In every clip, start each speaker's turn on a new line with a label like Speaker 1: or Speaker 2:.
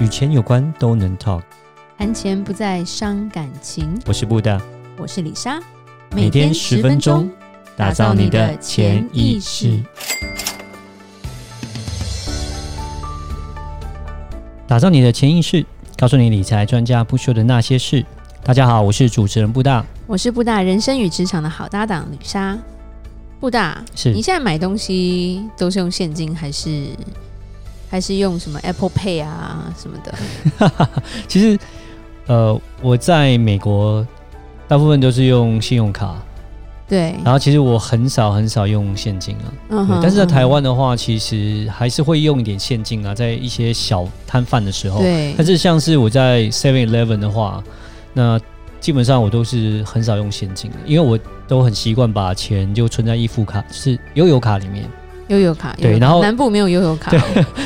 Speaker 1: 与钱有关都能 talk。
Speaker 2: 谈钱不再伤感情。
Speaker 1: 我是布大，
Speaker 2: 我是李莎，
Speaker 1: 每天十分钟，打造你的潜意识。打造你的潜意识，告诉你理财专家不说的那些事。大家好，我是主持人布大。
Speaker 2: 我是布大人生与职场的好搭档李莎。布大，
Speaker 1: 是
Speaker 2: 你现在买东西都是用现金还是还是用什么 Apple Pay 啊什么的？
Speaker 1: 其实，呃，我在美国大部分都是用信用卡，
Speaker 2: 对，
Speaker 1: 然后其实我很少很少用现金啊。
Speaker 2: 嗯
Speaker 1: 对但是在台湾的话，其实还是会用一点现金啊，在一些小摊贩的时候。
Speaker 2: 对
Speaker 1: 但，是像是我在 Seven Eleven 的话，那基本上我都是很少用现金的，因为我都很习惯把钱就存在易付卡，就是悠游卡里 面。
Speaker 2: 悠游卡，
Speaker 1: 对
Speaker 2: 悠游卡
Speaker 1: 然后
Speaker 2: 南部没有悠游卡，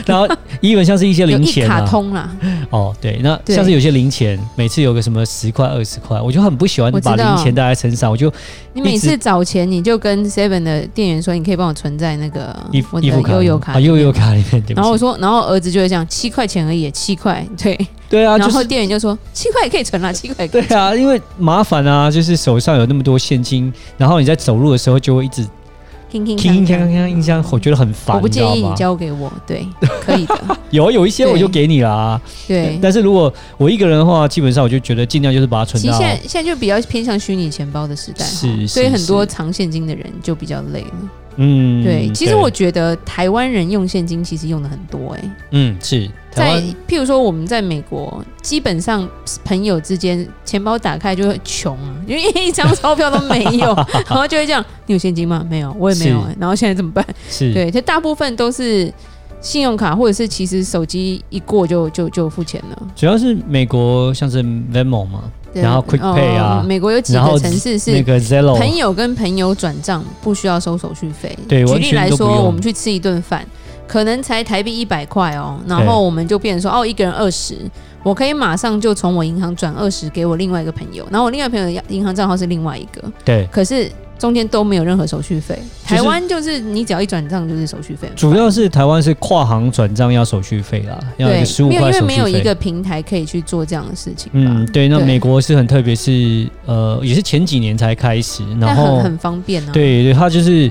Speaker 1: 然后 even 像是一些
Speaker 2: 有
Speaker 1: 零
Speaker 2: 一
Speaker 1: 钱
Speaker 2: 卡
Speaker 1: 啊，
Speaker 2: 通 啦。
Speaker 1: 哦对，那
Speaker 2: 对
Speaker 1: 像是有些零钱，每次有个什么十块二十块，我就很不喜欢
Speaker 2: 我知
Speaker 1: 把
Speaker 2: 道
Speaker 1: 零钱带在身上，我就
Speaker 2: 你
Speaker 1: 一
Speaker 2: 每
Speaker 1: 直
Speaker 2: 次找钱，你就跟 Seven 的店员说，你可以帮我存在那个
Speaker 1: 易
Speaker 2: 我的
Speaker 1: 易付卡
Speaker 2: 悠游
Speaker 1: 啊
Speaker 2: 卡，
Speaker 1: 悠游。卡里面，对不
Speaker 2: 然后我
Speaker 1: 起，
Speaker 2: 说，然后儿子就会这样，七块钱而已，七块，对。
Speaker 1: 对啊，就
Speaker 2: 然后
Speaker 1: 是
Speaker 2: 店员就说七块也可以存啦，七块也可
Speaker 1: 对
Speaker 2: 以存。
Speaker 1: 啊，因为麻烦啊，就是手上有那么多现金，然后你在走路的时候就会一直
Speaker 2: 叮叮
Speaker 1: 叮叮
Speaker 2: 当当
Speaker 1: 当当，印象我觉得很烦，
Speaker 2: 我不
Speaker 1: 你知
Speaker 2: 介
Speaker 1: 道
Speaker 2: 意你
Speaker 1: 吗
Speaker 2: 交给我，对，可 以的，
Speaker 1: 有有一些
Speaker 2: 对
Speaker 1: 我就给你啦，
Speaker 2: 对。
Speaker 1: 但是如果我一个人的话，基本上我就觉得尽量就是把它存
Speaker 2: 其实
Speaker 1: 到
Speaker 2: 现在现在就比较偏向虚拟钱包的时代哈，
Speaker 1: 是
Speaker 2: 所以
Speaker 1: 是
Speaker 2: 很多
Speaker 1: 是
Speaker 2: 藏现金的人就比较累了。
Speaker 1: 嗯，
Speaker 2: 对，其实我觉得台湾人用现金其实用的很多哎、
Speaker 1: 嗯是台
Speaker 2: 在
Speaker 1: 湾
Speaker 2: 譬如说我们在美国，基本上朋友之间钱包打开就会穷 啊，因为一张钞票都没 有，然后就会这样，你有现金吗？没有，我也没有、
Speaker 1: 是
Speaker 2: 欸，然后现在怎么办？
Speaker 1: 是
Speaker 2: 对，就大部分都是信用卡，或者是其实手机一过就就就付钱了。
Speaker 1: 主要是美国像是 Venmo 嘛，
Speaker 2: 对
Speaker 1: 然后 QuickPay 啊
Speaker 2: 嗯美国有几
Speaker 1: 然后
Speaker 2: 个城市
Speaker 1: 那
Speaker 2: 是
Speaker 1: 个 Zelle
Speaker 2: 朋友跟朋友转账不需要收手续费。
Speaker 1: 对
Speaker 2: 举
Speaker 1: 完
Speaker 2: 例
Speaker 1: 全
Speaker 2: 来
Speaker 1: 都不
Speaker 2: 说，
Speaker 1: 用
Speaker 2: 我们去吃一顿饭，可能才台币一百块哦，然
Speaker 1: 对
Speaker 2: 后我们就变成说哦，一个人二十，我可以马上就从我银行转二十给我另外一个朋友，然后我另外一个朋友的银行账号是另外一个，
Speaker 1: 对，
Speaker 2: 可是中间都没有任何手续费。
Speaker 1: 就是
Speaker 2: 台湾就是你只要一转账就是手续费，
Speaker 1: 主要是台湾是跨行转账要手续费啦，要一
Speaker 2: 对，
Speaker 1: 个十五
Speaker 2: 没有，
Speaker 1: 块
Speaker 2: 因为
Speaker 1: 手
Speaker 2: 没
Speaker 1: 续
Speaker 2: 有一
Speaker 1: 费。
Speaker 2: 个平台可以去做这样的事情吧。
Speaker 1: 嗯，对，那
Speaker 2: 对
Speaker 1: 美国是很特别，是呃，也是前几年才开始，然
Speaker 2: 但
Speaker 1: 后
Speaker 2: 很很方便啊。，
Speaker 1: 对对，它就是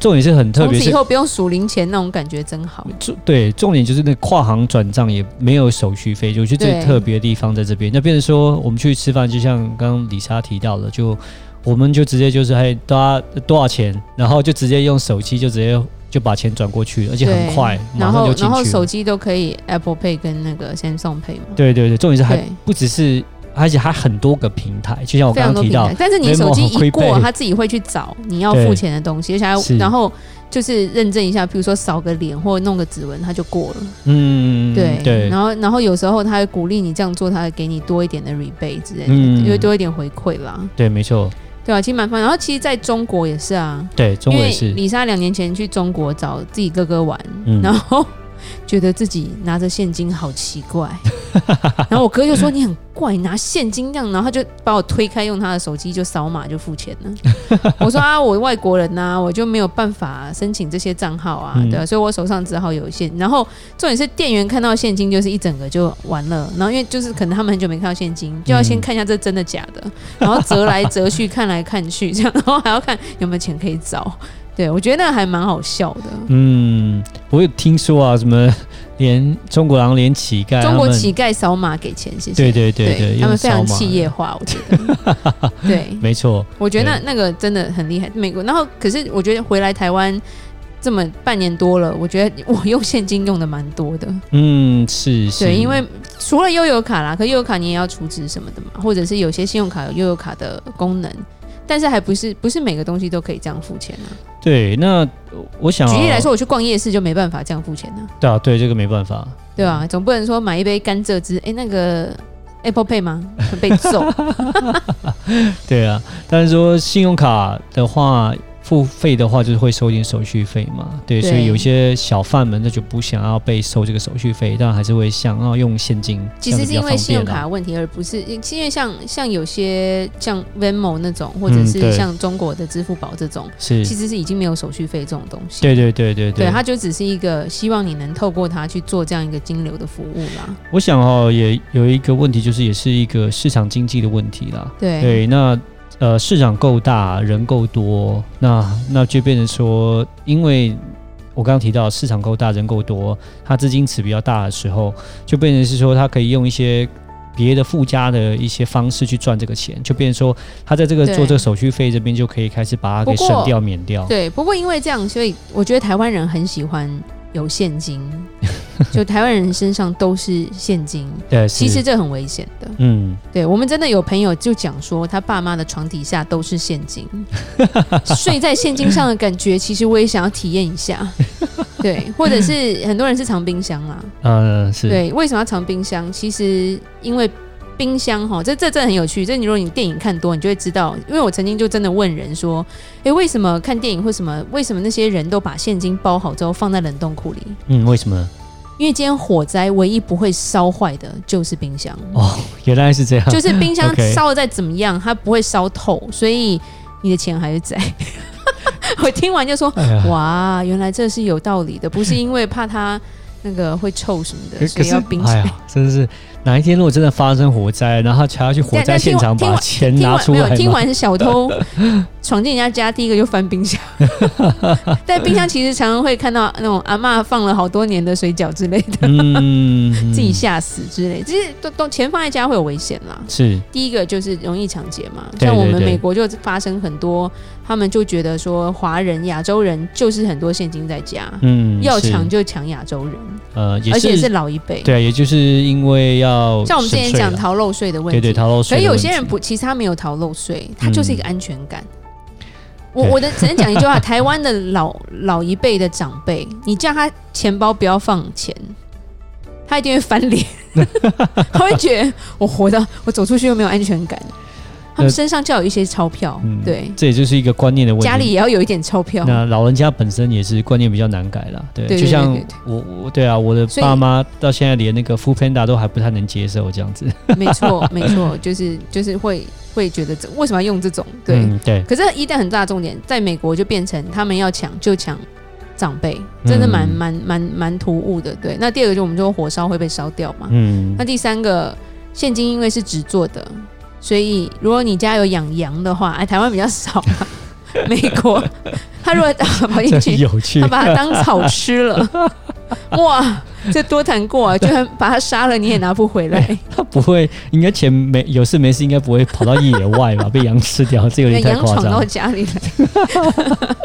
Speaker 1: 重点是很特
Speaker 2: 从
Speaker 1: 别，
Speaker 2: 此
Speaker 1: 是
Speaker 2: 以后不用数零钱那种感觉真好。
Speaker 1: 重对，重点就是那个跨行转账也没有手续费，我觉得
Speaker 2: 对
Speaker 1: 最特别的地方在这边。那变成说，我们去吃饭，就像刚刚李莎提到的，就我们就直接就是嘿，大家多少钱，然后就直接用手机就直接就把钱转过去，而且很
Speaker 2: 对
Speaker 1: 快，马
Speaker 2: 然
Speaker 1: 上
Speaker 2: 后
Speaker 1: 就进
Speaker 2: 然后
Speaker 1: 去
Speaker 2: 手
Speaker 1: 了。
Speaker 2: 机都可以 Apple Pay 跟那个 Samsung Pay 嘛。
Speaker 1: 对对对，重点是还
Speaker 2: 对，
Speaker 1: 不只是，而且还很多个平台，就像我
Speaker 2: 非
Speaker 1: 刚
Speaker 2: 常
Speaker 1: 刚
Speaker 2: 多
Speaker 1: 提
Speaker 2: 平
Speaker 1: 到
Speaker 2: 台，，但是你手机
Speaker 1: Venmo
Speaker 2: 一过，
Speaker 1: Quickpay
Speaker 2: 它自己会去找你要
Speaker 1: 对
Speaker 2: 付钱的东西，而且
Speaker 1: 是
Speaker 2: 还然后就是认证一下，比如说扫个脸或弄个指纹，它就过了。
Speaker 1: 嗯，
Speaker 2: 对，
Speaker 1: 对
Speaker 2: 然后然后有时候它会鼓励你这样做，它会给你多一点的 rebate 之类的，
Speaker 1: 嗯
Speaker 2: 因为多一点回馈啦。
Speaker 1: 对，没错，
Speaker 2: 对啊，其实蛮方便。然后其实在中国也是啊，
Speaker 1: 对，中
Speaker 2: 因
Speaker 1: 国也
Speaker 2: 为
Speaker 1: 是，
Speaker 2: 李莎两年前去中国找自己哥哥玩，
Speaker 1: 嗯
Speaker 2: 然后 觉得自己拿着现金好奇 怪，然后我哥就说你很怪，你拿现金这样，然后他就把我推开，用他的手机就扫码就付钱了。 我说啊，我外国人呐、我就没有办法申请这些账号啊，
Speaker 1: 嗯
Speaker 2: 对啊，所以我手上只好有现。然后重点是店员看到现金就是一整个就完了，然后因为就是可能他们很久没看到现金，就要先
Speaker 1: 嗯
Speaker 2: 看一下这真的假的，然后折来折去，看来看去这样，然后还要看有没有钱可以找。对，我觉得那还蛮好笑的。
Speaker 1: 嗯，我有听说啊，什么 连中国狼连乞丐，
Speaker 2: 中国
Speaker 1: 他们
Speaker 2: 乞丐扫码给钱，谢谢。
Speaker 1: 哎对对对对，
Speaker 2: 他们非常
Speaker 1: 用扫码
Speaker 2: 企业，化，我觉得。 对，
Speaker 1: 没错，
Speaker 2: 我觉得那那个真的很厉害。美国，然后可是我觉得回来台湾这么半年多了，我觉得我用现金用的蛮多的。
Speaker 1: 嗯，是是，
Speaker 2: 对，因为除了悠游卡啦，可悠游卡你也要储值什么的嘛，或者是有些信用卡有悠游卡的功能。但是还不是不是每个东西都可以这样付钱啊。
Speaker 1: 对那我我想、
Speaker 2: 举例来，说，我去逛夜市就没办法这样付钱啊。
Speaker 1: 对啊，对这个没办法，
Speaker 2: 对啊，总不能说买一杯甘蔗汁，哎、那个 Apple Pay 吗？会被揍。
Speaker 1: 对啊，但是说信用卡的话，付费的话，就是会收一点手续费嘛。对，
Speaker 2: 对
Speaker 1: 所以有些小贩们他就不想要被收这个手续费，但还是会想要用现金，
Speaker 2: 其实是因为信用
Speaker 1: 这
Speaker 2: 卡
Speaker 1: 样
Speaker 2: 的问题，而不是因因为像像有些像 Venmo 那种，或者
Speaker 1: 嗯
Speaker 2: 是
Speaker 1: 对
Speaker 2: 像中国的支付宝这种，
Speaker 1: 子比较方便啦。
Speaker 2: 其
Speaker 1: 是，
Speaker 2: 实是已经没有手续费这种东西。
Speaker 1: 对对对对
Speaker 2: 对，
Speaker 1: 对。
Speaker 2: 它就只是一个希望你能透过它去做这样一个金流的服务啦。
Speaker 1: 我想哦，也有一个问题，就是也是一个市场经济的问题啦。
Speaker 2: 对，
Speaker 1: 对，那呃，市场够大，人够多，那那就变成说，因为我刚刚提到市场够大，人够多，它资金池比较大的时候，就变成是说，它可以用一些别的附加的一些方式去赚这个钱，就变成说，它在这个
Speaker 2: 对
Speaker 1: 做这个手续费这边就可以开始把它给
Speaker 2: 不过
Speaker 1: 省掉、免掉。
Speaker 2: 对，不过因为这样，所以我觉得台湾人很喜欢有现金， 就台湾人身上都是现金。
Speaker 1: 对，
Speaker 2: 其
Speaker 1: 是
Speaker 2: 实这很危险的，
Speaker 1: 嗯，
Speaker 2: 对我们真的有朋友就讲说，他爸妈的床底下都是现 金，睡在现金上的感觉，其实我也想要体验一下。对，或者是很多人是藏冰箱啊啦，
Speaker 1: 呃，是，
Speaker 2: 对，为什么要藏冰箱？其实因为冰箱哈，这这真的很有趣。这你如果你电影看多，你就会知道。因为我曾经就真的问人说，诶，为什么看电影或什么，为什么那些人都把现金包好之后放在冷冻库里？
Speaker 1: 嗯，为什么？
Speaker 2: 因为今天火灾唯一不会烧坏的就是冰箱，
Speaker 1: 哦， 原来是这样，
Speaker 2: 就是冰箱
Speaker 1: OK
Speaker 2: 烧的再怎么样，它不会烧透，所以你的钱还是在。 我听完 就说，
Speaker 1: 哎呀
Speaker 2: 哇，原来这是有道理的，不是因为怕它那个会臭什么的，
Speaker 1: 可
Speaker 2: 所
Speaker 1: 可
Speaker 2: 以
Speaker 1: 是
Speaker 2: 要冰，箱
Speaker 1: 哎。呀，真的是哪一天如果真的发生火灾，然后才要去火灾现场
Speaker 2: 但但听完
Speaker 1: 把钱
Speaker 2: 听
Speaker 1: 拿
Speaker 2: 完
Speaker 1: 出
Speaker 2: 没
Speaker 1: 来
Speaker 2: 有？
Speaker 1: 吗
Speaker 2: 听完 小偷闯进人家家，第一个就翻冰箱。但冰箱其实常常会看到那种阿嬷放了好多年的水饺之类的，
Speaker 1: 嗯，
Speaker 2: 自己吓死之类，就是都都钱放在家会有危险啦。
Speaker 1: 嗯是
Speaker 2: 第一个就是容易抢劫嘛，
Speaker 1: 对
Speaker 2: 像我们
Speaker 1: 对对
Speaker 2: 美国就发生很多，他们就觉得说华人、亚洲人就是很多现金在家，
Speaker 1: 嗯，
Speaker 2: 要
Speaker 1: 是
Speaker 2: 抢就抢亚洲人，
Speaker 1: 呃，也
Speaker 2: 而且是
Speaker 1: 是
Speaker 2: 老一辈。
Speaker 1: 对啊，也就是因为要
Speaker 2: 像我们之前
Speaker 1: 省税
Speaker 2: 讲
Speaker 1: 了
Speaker 2: 逃漏税的问
Speaker 1: 对
Speaker 2: 题，
Speaker 1: 对逃漏税
Speaker 2: 所
Speaker 1: 的问题，嗯
Speaker 2: 以有些人不，其实他没有逃漏税，他就是一个安全感。我
Speaker 1: 对
Speaker 2: 我的只能讲一句话： 台湾的老老一辈的长辈，你叫他钱包不要放钱，他一定会翻 脸，他会觉得我活到我走出去又没有安全感。他们身上就要有一些钞票，
Speaker 1: 呃嗯
Speaker 2: 对，
Speaker 1: 这也就是一个观念的问题。
Speaker 2: 家里也要有一点钞票。
Speaker 1: 那老人家本身也是观念比较难改啦，对，
Speaker 2: 对对
Speaker 1: 就像
Speaker 2: 对对对
Speaker 1: 我我对啊，我的
Speaker 2: 所以
Speaker 1: 爸妈到现在连那个 Food Panda 都还不太能接受这样子，
Speaker 2: 没错，没错，就是就是会会觉得这为什么要用这种？对，
Speaker 1: 嗯对，
Speaker 2: 可是，一旦很大的重点，在美国就变成他们要抢就抢长辈，真的蛮
Speaker 1: 嗯
Speaker 2: 蛮蛮蛮突兀的。对，那第二个就我们说火烧会被烧掉嘛。
Speaker 1: 嗯
Speaker 2: 那第三个，现金因为是纸做的，所以如果你家有养羊的话，哎，台湾比较少嘛，美国他如果 打跑 进
Speaker 1: 这
Speaker 2: 去，
Speaker 1: 有趣
Speaker 2: 他，把它当草吃了，哇，这多难过啊！就算把它杀了，你也拿不回来。
Speaker 1: 他不会，应该钱没有事没事，应该不会跑到野外吧？被羊吃掉，这有点太
Speaker 2: 羊
Speaker 1: 夸
Speaker 2: 闯
Speaker 1: 张
Speaker 2: 到
Speaker 1: 了。
Speaker 2: 家里来。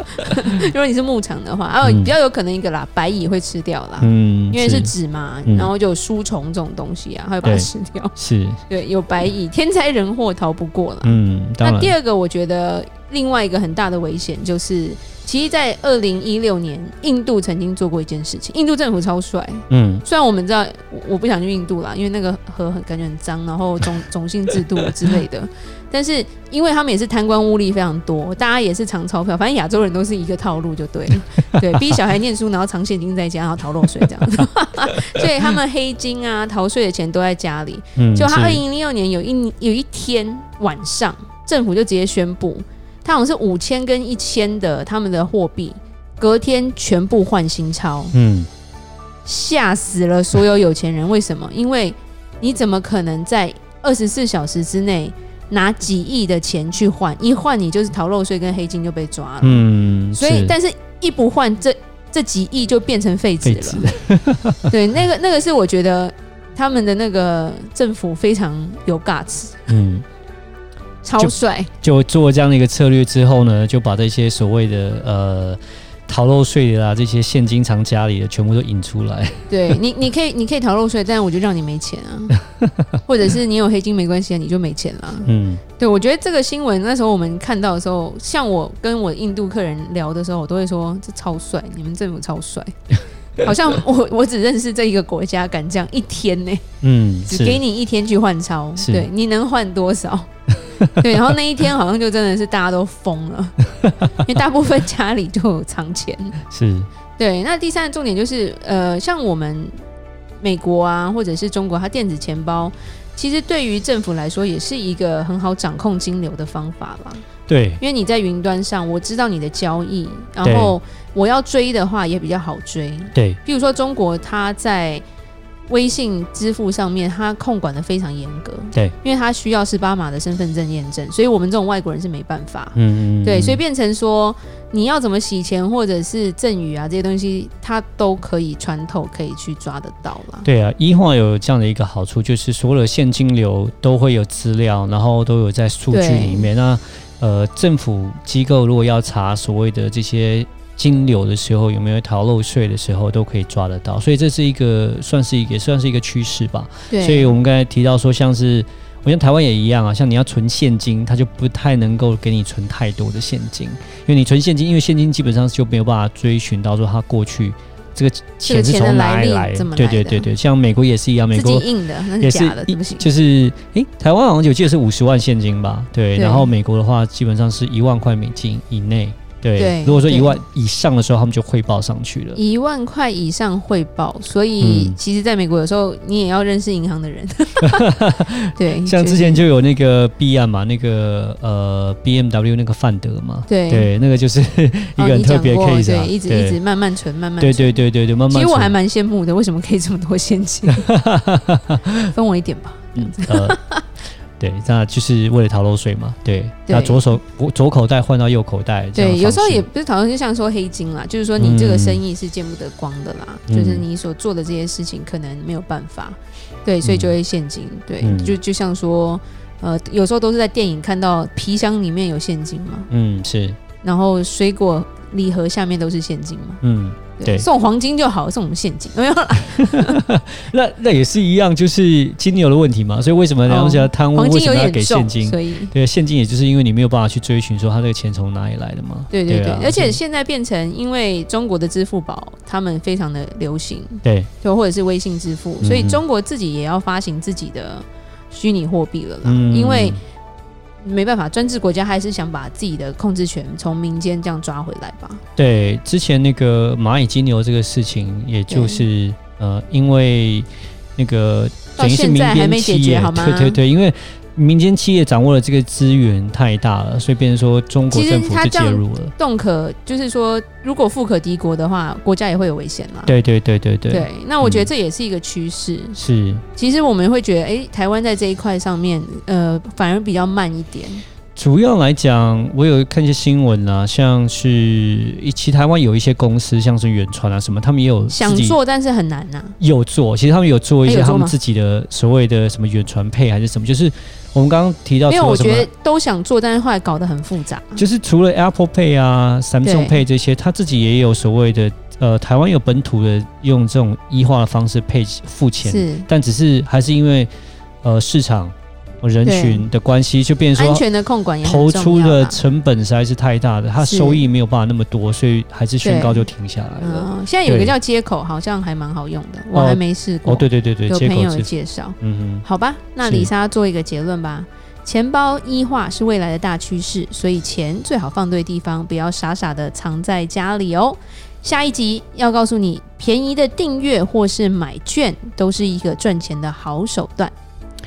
Speaker 2: 如果你是牧场的话，啊，
Speaker 1: 嗯
Speaker 2: 比较有可能一个啦，白蚁会吃掉啦，
Speaker 1: 嗯，
Speaker 2: 因为是纸嘛，
Speaker 1: 嗯
Speaker 2: 然后就有书虫这种东西啊，它会把它
Speaker 1: 对
Speaker 2: 吃掉。
Speaker 1: 是，
Speaker 2: 对，有白蚁，天灾人祸逃不过啦。
Speaker 1: 嗯，当
Speaker 2: 那第
Speaker 1: 然，
Speaker 2: 二个，我觉得另外一个很大的危险就是，其实，在二零一六年，印度曾经做过一件事情，印度政府超帅。
Speaker 1: 嗯，
Speaker 2: 虽然我们知道我我不想去印度啦，因为那个河很感觉很脏，然后种种姓制度之类 的。但是因为他们也是贪官污吏非常多，大家也是藏钞票，反正亚洲人都是一个套路就对 了，对，逼小孩念书，然后藏现金在家，然后逃漏税这样子。所以他们黑金啊、逃税的钱都在家里。
Speaker 1: 嗯，
Speaker 2: 就他二
Speaker 1: 是
Speaker 2: 零零六年有一有一天晚上，政府就直接宣布，他好像是五千跟一千的他们的货币，隔天全部换新钞。
Speaker 1: 嗯，
Speaker 2: 吓死了所有有钱人。为什么？因为你怎么可能在二十四小时之内拿几亿的钱去换？一换你就是逃漏税跟黑金就被抓了。
Speaker 1: 嗯，
Speaker 2: 所以
Speaker 1: 是，
Speaker 2: 但是一不换，这这几亿就变成废纸
Speaker 1: 被
Speaker 2: 了。
Speaker 1: 指
Speaker 2: 对，那个那个是我觉得他们的那个政府非常有 guts，
Speaker 1: 嗯，
Speaker 2: 超
Speaker 1: 就
Speaker 2: 帅。
Speaker 1: 就做这样的一个策略之后呢，就把这些所谓的呃逃漏税的啦，这些现金藏家里的全部都引出来，
Speaker 2: 对你，你可以你可以逃漏税，但我就让你没钱啊， 或者是你有黑金没关系啊，你就没钱了。
Speaker 1: 嗯
Speaker 2: 对，我觉得这个新闻那时候我们看到的时候，像我跟我印度客人聊的时候，我都会说这超帅，你们政府超帅。好像我我只认识这一个国家敢这样一天呢、
Speaker 1: 嗯，
Speaker 2: 只给
Speaker 1: 是，
Speaker 2: 你一天去换钞，
Speaker 1: 是
Speaker 2: 对，你能换多少？对，然后那一天好像就真的是大家都疯了，因为大部分家里就有藏钱。
Speaker 1: 是，
Speaker 2: 对，那第三个重点就是，呃，像我们美国啊，或者是中国，它电子钱包其实对于政府来说也是一个很好掌控金流的方法吧。
Speaker 1: 对，
Speaker 2: 因为你在云端上，我知道你的交易，然后我要追的话也比较好追。
Speaker 1: 对，
Speaker 2: 譬如说中国，它在微信支付上面，它控管的非常严格，
Speaker 1: 对，
Speaker 2: 因为它需要十八码的身份证验证，所以我们这种外国人是没办法。
Speaker 1: 嗯，嗯
Speaker 2: 对，所以
Speaker 1: 嗯
Speaker 2: 变成说，你要怎么洗钱或者是赠与啊这些东西，它都可以穿透，可以去抓得到啦。
Speaker 1: 对啊，一化有这样的一个好处，就是所有的现金流都会有资料，然后都有在数据里面。那呃，政府机构如果要查所谓的这些金流的时候，有没有逃漏税的时候，都可以抓得到。所以这是一个算是一个也算是一个趋势吧。
Speaker 2: 对，
Speaker 1: 所以我们刚才提到说，像是我觉得台湾也一样啊，像你要存现金，它就不太能够给你存太多的现金，因为你存现金，因为现金基本上就没有办法追寻到说它过去这个钱是
Speaker 2: 钱的
Speaker 1: 从哪
Speaker 2: 来
Speaker 1: 里
Speaker 2: 历
Speaker 1: 来
Speaker 2: 怎么
Speaker 1: 对
Speaker 2: 来
Speaker 1: 对
Speaker 2: 的
Speaker 1: 对对，像美国也是一样，美
Speaker 2: 自己
Speaker 1: 国。
Speaker 2: 印的那
Speaker 1: 也
Speaker 2: 是
Speaker 1: 是
Speaker 2: 假的，
Speaker 1: 一
Speaker 2: 对不起。
Speaker 1: 就是诶，台湾好像我记得是五十万现金吧，对，
Speaker 2: 对
Speaker 1: 然后美国的话基本上是一万块美金以内，对，
Speaker 2: 对
Speaker 1: 如果说
Speaker 2: 对
Speaker 1: 一万以上的时候，他们就汇报上去了，
Speaker 2: 一万块以上汇报，所以
Speaker 1: 嗯
Speaker 2: 其实在美国有时候你也要认识银行的 人。对，
Speaker 1: 像
Speaker 2: 是
Speaker 1: 之前就有那个 B 案嘛，那个呃 BMW 那个范德嘛，
Speaker 2: 对
Speaker 1: 对，那个就是一
Speaker 2: 哦
Speaker 1: 个很
Speaker 2: 你
Speaker 1: 特
Speaker 2: 讲
Speaker 1: 别
Speaker 2: 过
Speaker 1: case 啊，
Speaker 2: 对，一直一直慢慢存，慢慢
Speaker 1: 对
Speaker 2: 存。
Speaker 1: 对对对对，慢慢
Speaker 2: 其实我还
Speaker 1: 存
Speaker 2: 蛮羡慕的，为什么可以这么多现金？ 分我一点吧。
Speaker 1: 嗯呃，对，那就是为了逃漏税嘛，对，
Speaker 2: 对
Speaker 1: 那左手左口袋换到右口袋，这样
Speaker 2: 对，
Speaker 1: 的
Speaker 2: 有时候
Speaker 1: 方式
Speaker 2: 也不是讨论，就像说黑金啦，就是说你这个
Speaker 1: 嗯
Speaker 2: 生意是见不得光的啦，
Speaker 1: 嗯
Speaker 2: 就是你所做的这些事情可能没有办法，对，所以就会现金，对，
Speaker 1: 嗯
Speaker 2: 就就像说，呃，有时候都是在电影看到皮箱里面有现金嘛，
Speaker 1: 嗯是
Speaker 2: 然后水果礼盒下面都是现金嘛，
Speaker 1: 嗯，对
Speaker 2: 送黄金就好，送我们现金没有 啦，
Speaker 1: 那那也是一样，就是金牛的问题嘛，所以为什么梁
Speaker 2: 哦
Speaker 1: 家贪污
Speaker 2: 黄
Speaker 1: 为
Speaker 2: 金
Speaker 1: 什
Speaker 2: 有
Speaker 1: 么要
Speaker 2: 点
Speaker 1: 给现
Speaker 2: 重，
Speaker 1: 金？
Speaker 2: 所以。
Speaker 1: 对，现金也就是因为你没有办法去追寻说他这个钱从哪里来的嘛，
Speaker 2: 对对对，
Speaker 1: 啊
Speaker 2: 而且现在变成因为中国的支付宝他们非常的流行，
Speaker 1: 对
Speaker 2: 就或者是微信支付，
Speaker 1: 嗯
Speaker 2: 所以中国自己也要发行自己的虚拟货币了啦，
Speaker 1: 嗯，
Speaker 2: 因为没办法，专制国家还是想把自己的控制权从民间这样抓回来吧。
Speaker 1: 对，之前那个蚂蚁金牛这个事情，也就是呃，因为那个
Speaker 2: 到
Speaker 1: 等于是
Speaker 2: 现
Speaker 1: 民
Speaker 2: 在还
Speaker 1: 间
Speaker 2: 没解
Speaker 1: 企
Speaker 2: 决
Speaker 1: 业
Speaker 2: 好，吗
Speaker 1: 对对对，因为民间企业掌握了这个资源太大了，所以变成说中国
Speaker 2: 其实
Speaker 1: 政府
Speaker 2: 它
Speaker 1: 就
Speaker 2: 这
Speaker 1: 介
Speaker 2: 样
Speaker 1: 入了。
Speaker 2: 动可就是说，如果富可敌国的话，国家也会有危险啦。
Speaker 1: 对对对对对，
Speaker 2: 对，那我觉得
Speaker 1: 嗯
Speaker 2: 这也是一个趋势。
Speaker 1: 是
Speaker 2: 其实我们会觉得，诶，台湾在这一块上面，呃，反而比较慢一点。
Speaker 1: 主要来讲，我有看一些新闻啊，像是一其实台湾有一些公司，像是远传啊什么，他们也有
Speaker 2: 想
Speaker 1: 自己
Speaker 2: 做，但是很难呐、
Speaker 1: 有做，其实他们有做一
Speaker 2: 哎
Speaker 1: 些
Speaker 2: 有做
Speaker 1: 他们
Speaker 2: 吗
Speaker 1: 自己的所谓的什么远传配还是什么，就是我们刚刚提到
Speaker 2: 因为我
Speaker 1: 说什么
Speaker 2: 觉得都想做，但是后来搞得很复杂。
Speaker 1: 就是除了 Apple Pay 啊、Samsung Pay
Speaker 2: 对
Speaker 1: 这些，他自己也有所谓的呃，台湾有本土的用这种一化的方式配付钱，
Speaker 2: 是
Speaker 1: 但只是还是因为呃市场呃人群的关系，就变成
Speaker 2: 安
Speaker 1: 说
Speaker 2: 全的控管也很
Speaker 1: 投
Speaker 2: 重
Speaker 1: 出
Speaker 2: 要
Speaker 1: 的
Speaker 2: 啦
Speaker 1: 成本实在是太大的，它
Speaker 2: 是
Speaker 1: 收益没有办法那么多，所以还是宣
Speaker 2: 对
Speaker 1: 告就停下来了。
Speaker 2: 嗯，现在有一个
Speaker 1: 对
Speaker 2: 叫接口，好像还蛮好用的，我
Speaker 1: 哦
Speaker 2: 还没试过。
Speaker 1: 哦，对对对对，
Speaker 2: 有
Speaker 1: 接
Speaker 2: 朋
Speaker 1: 口
Speaker 2: 友
Speaker 1: 支
Speaker 2: 的
Speaker 1: 付，
Speaker 2: 介绍。
Speaker 1: 嗯
Speaker 2: 好吧，
Speaker 1: 是
Speaker 2: 那李莎做一个结论吧。钱包一化是未来的大趋势，所以钱最好放对地方，不要傻傻的藏在家里哦。下一集要告诉你，便宜的订阅或是买券都是一个赚钱的好手段。
Speaker 1: 哼，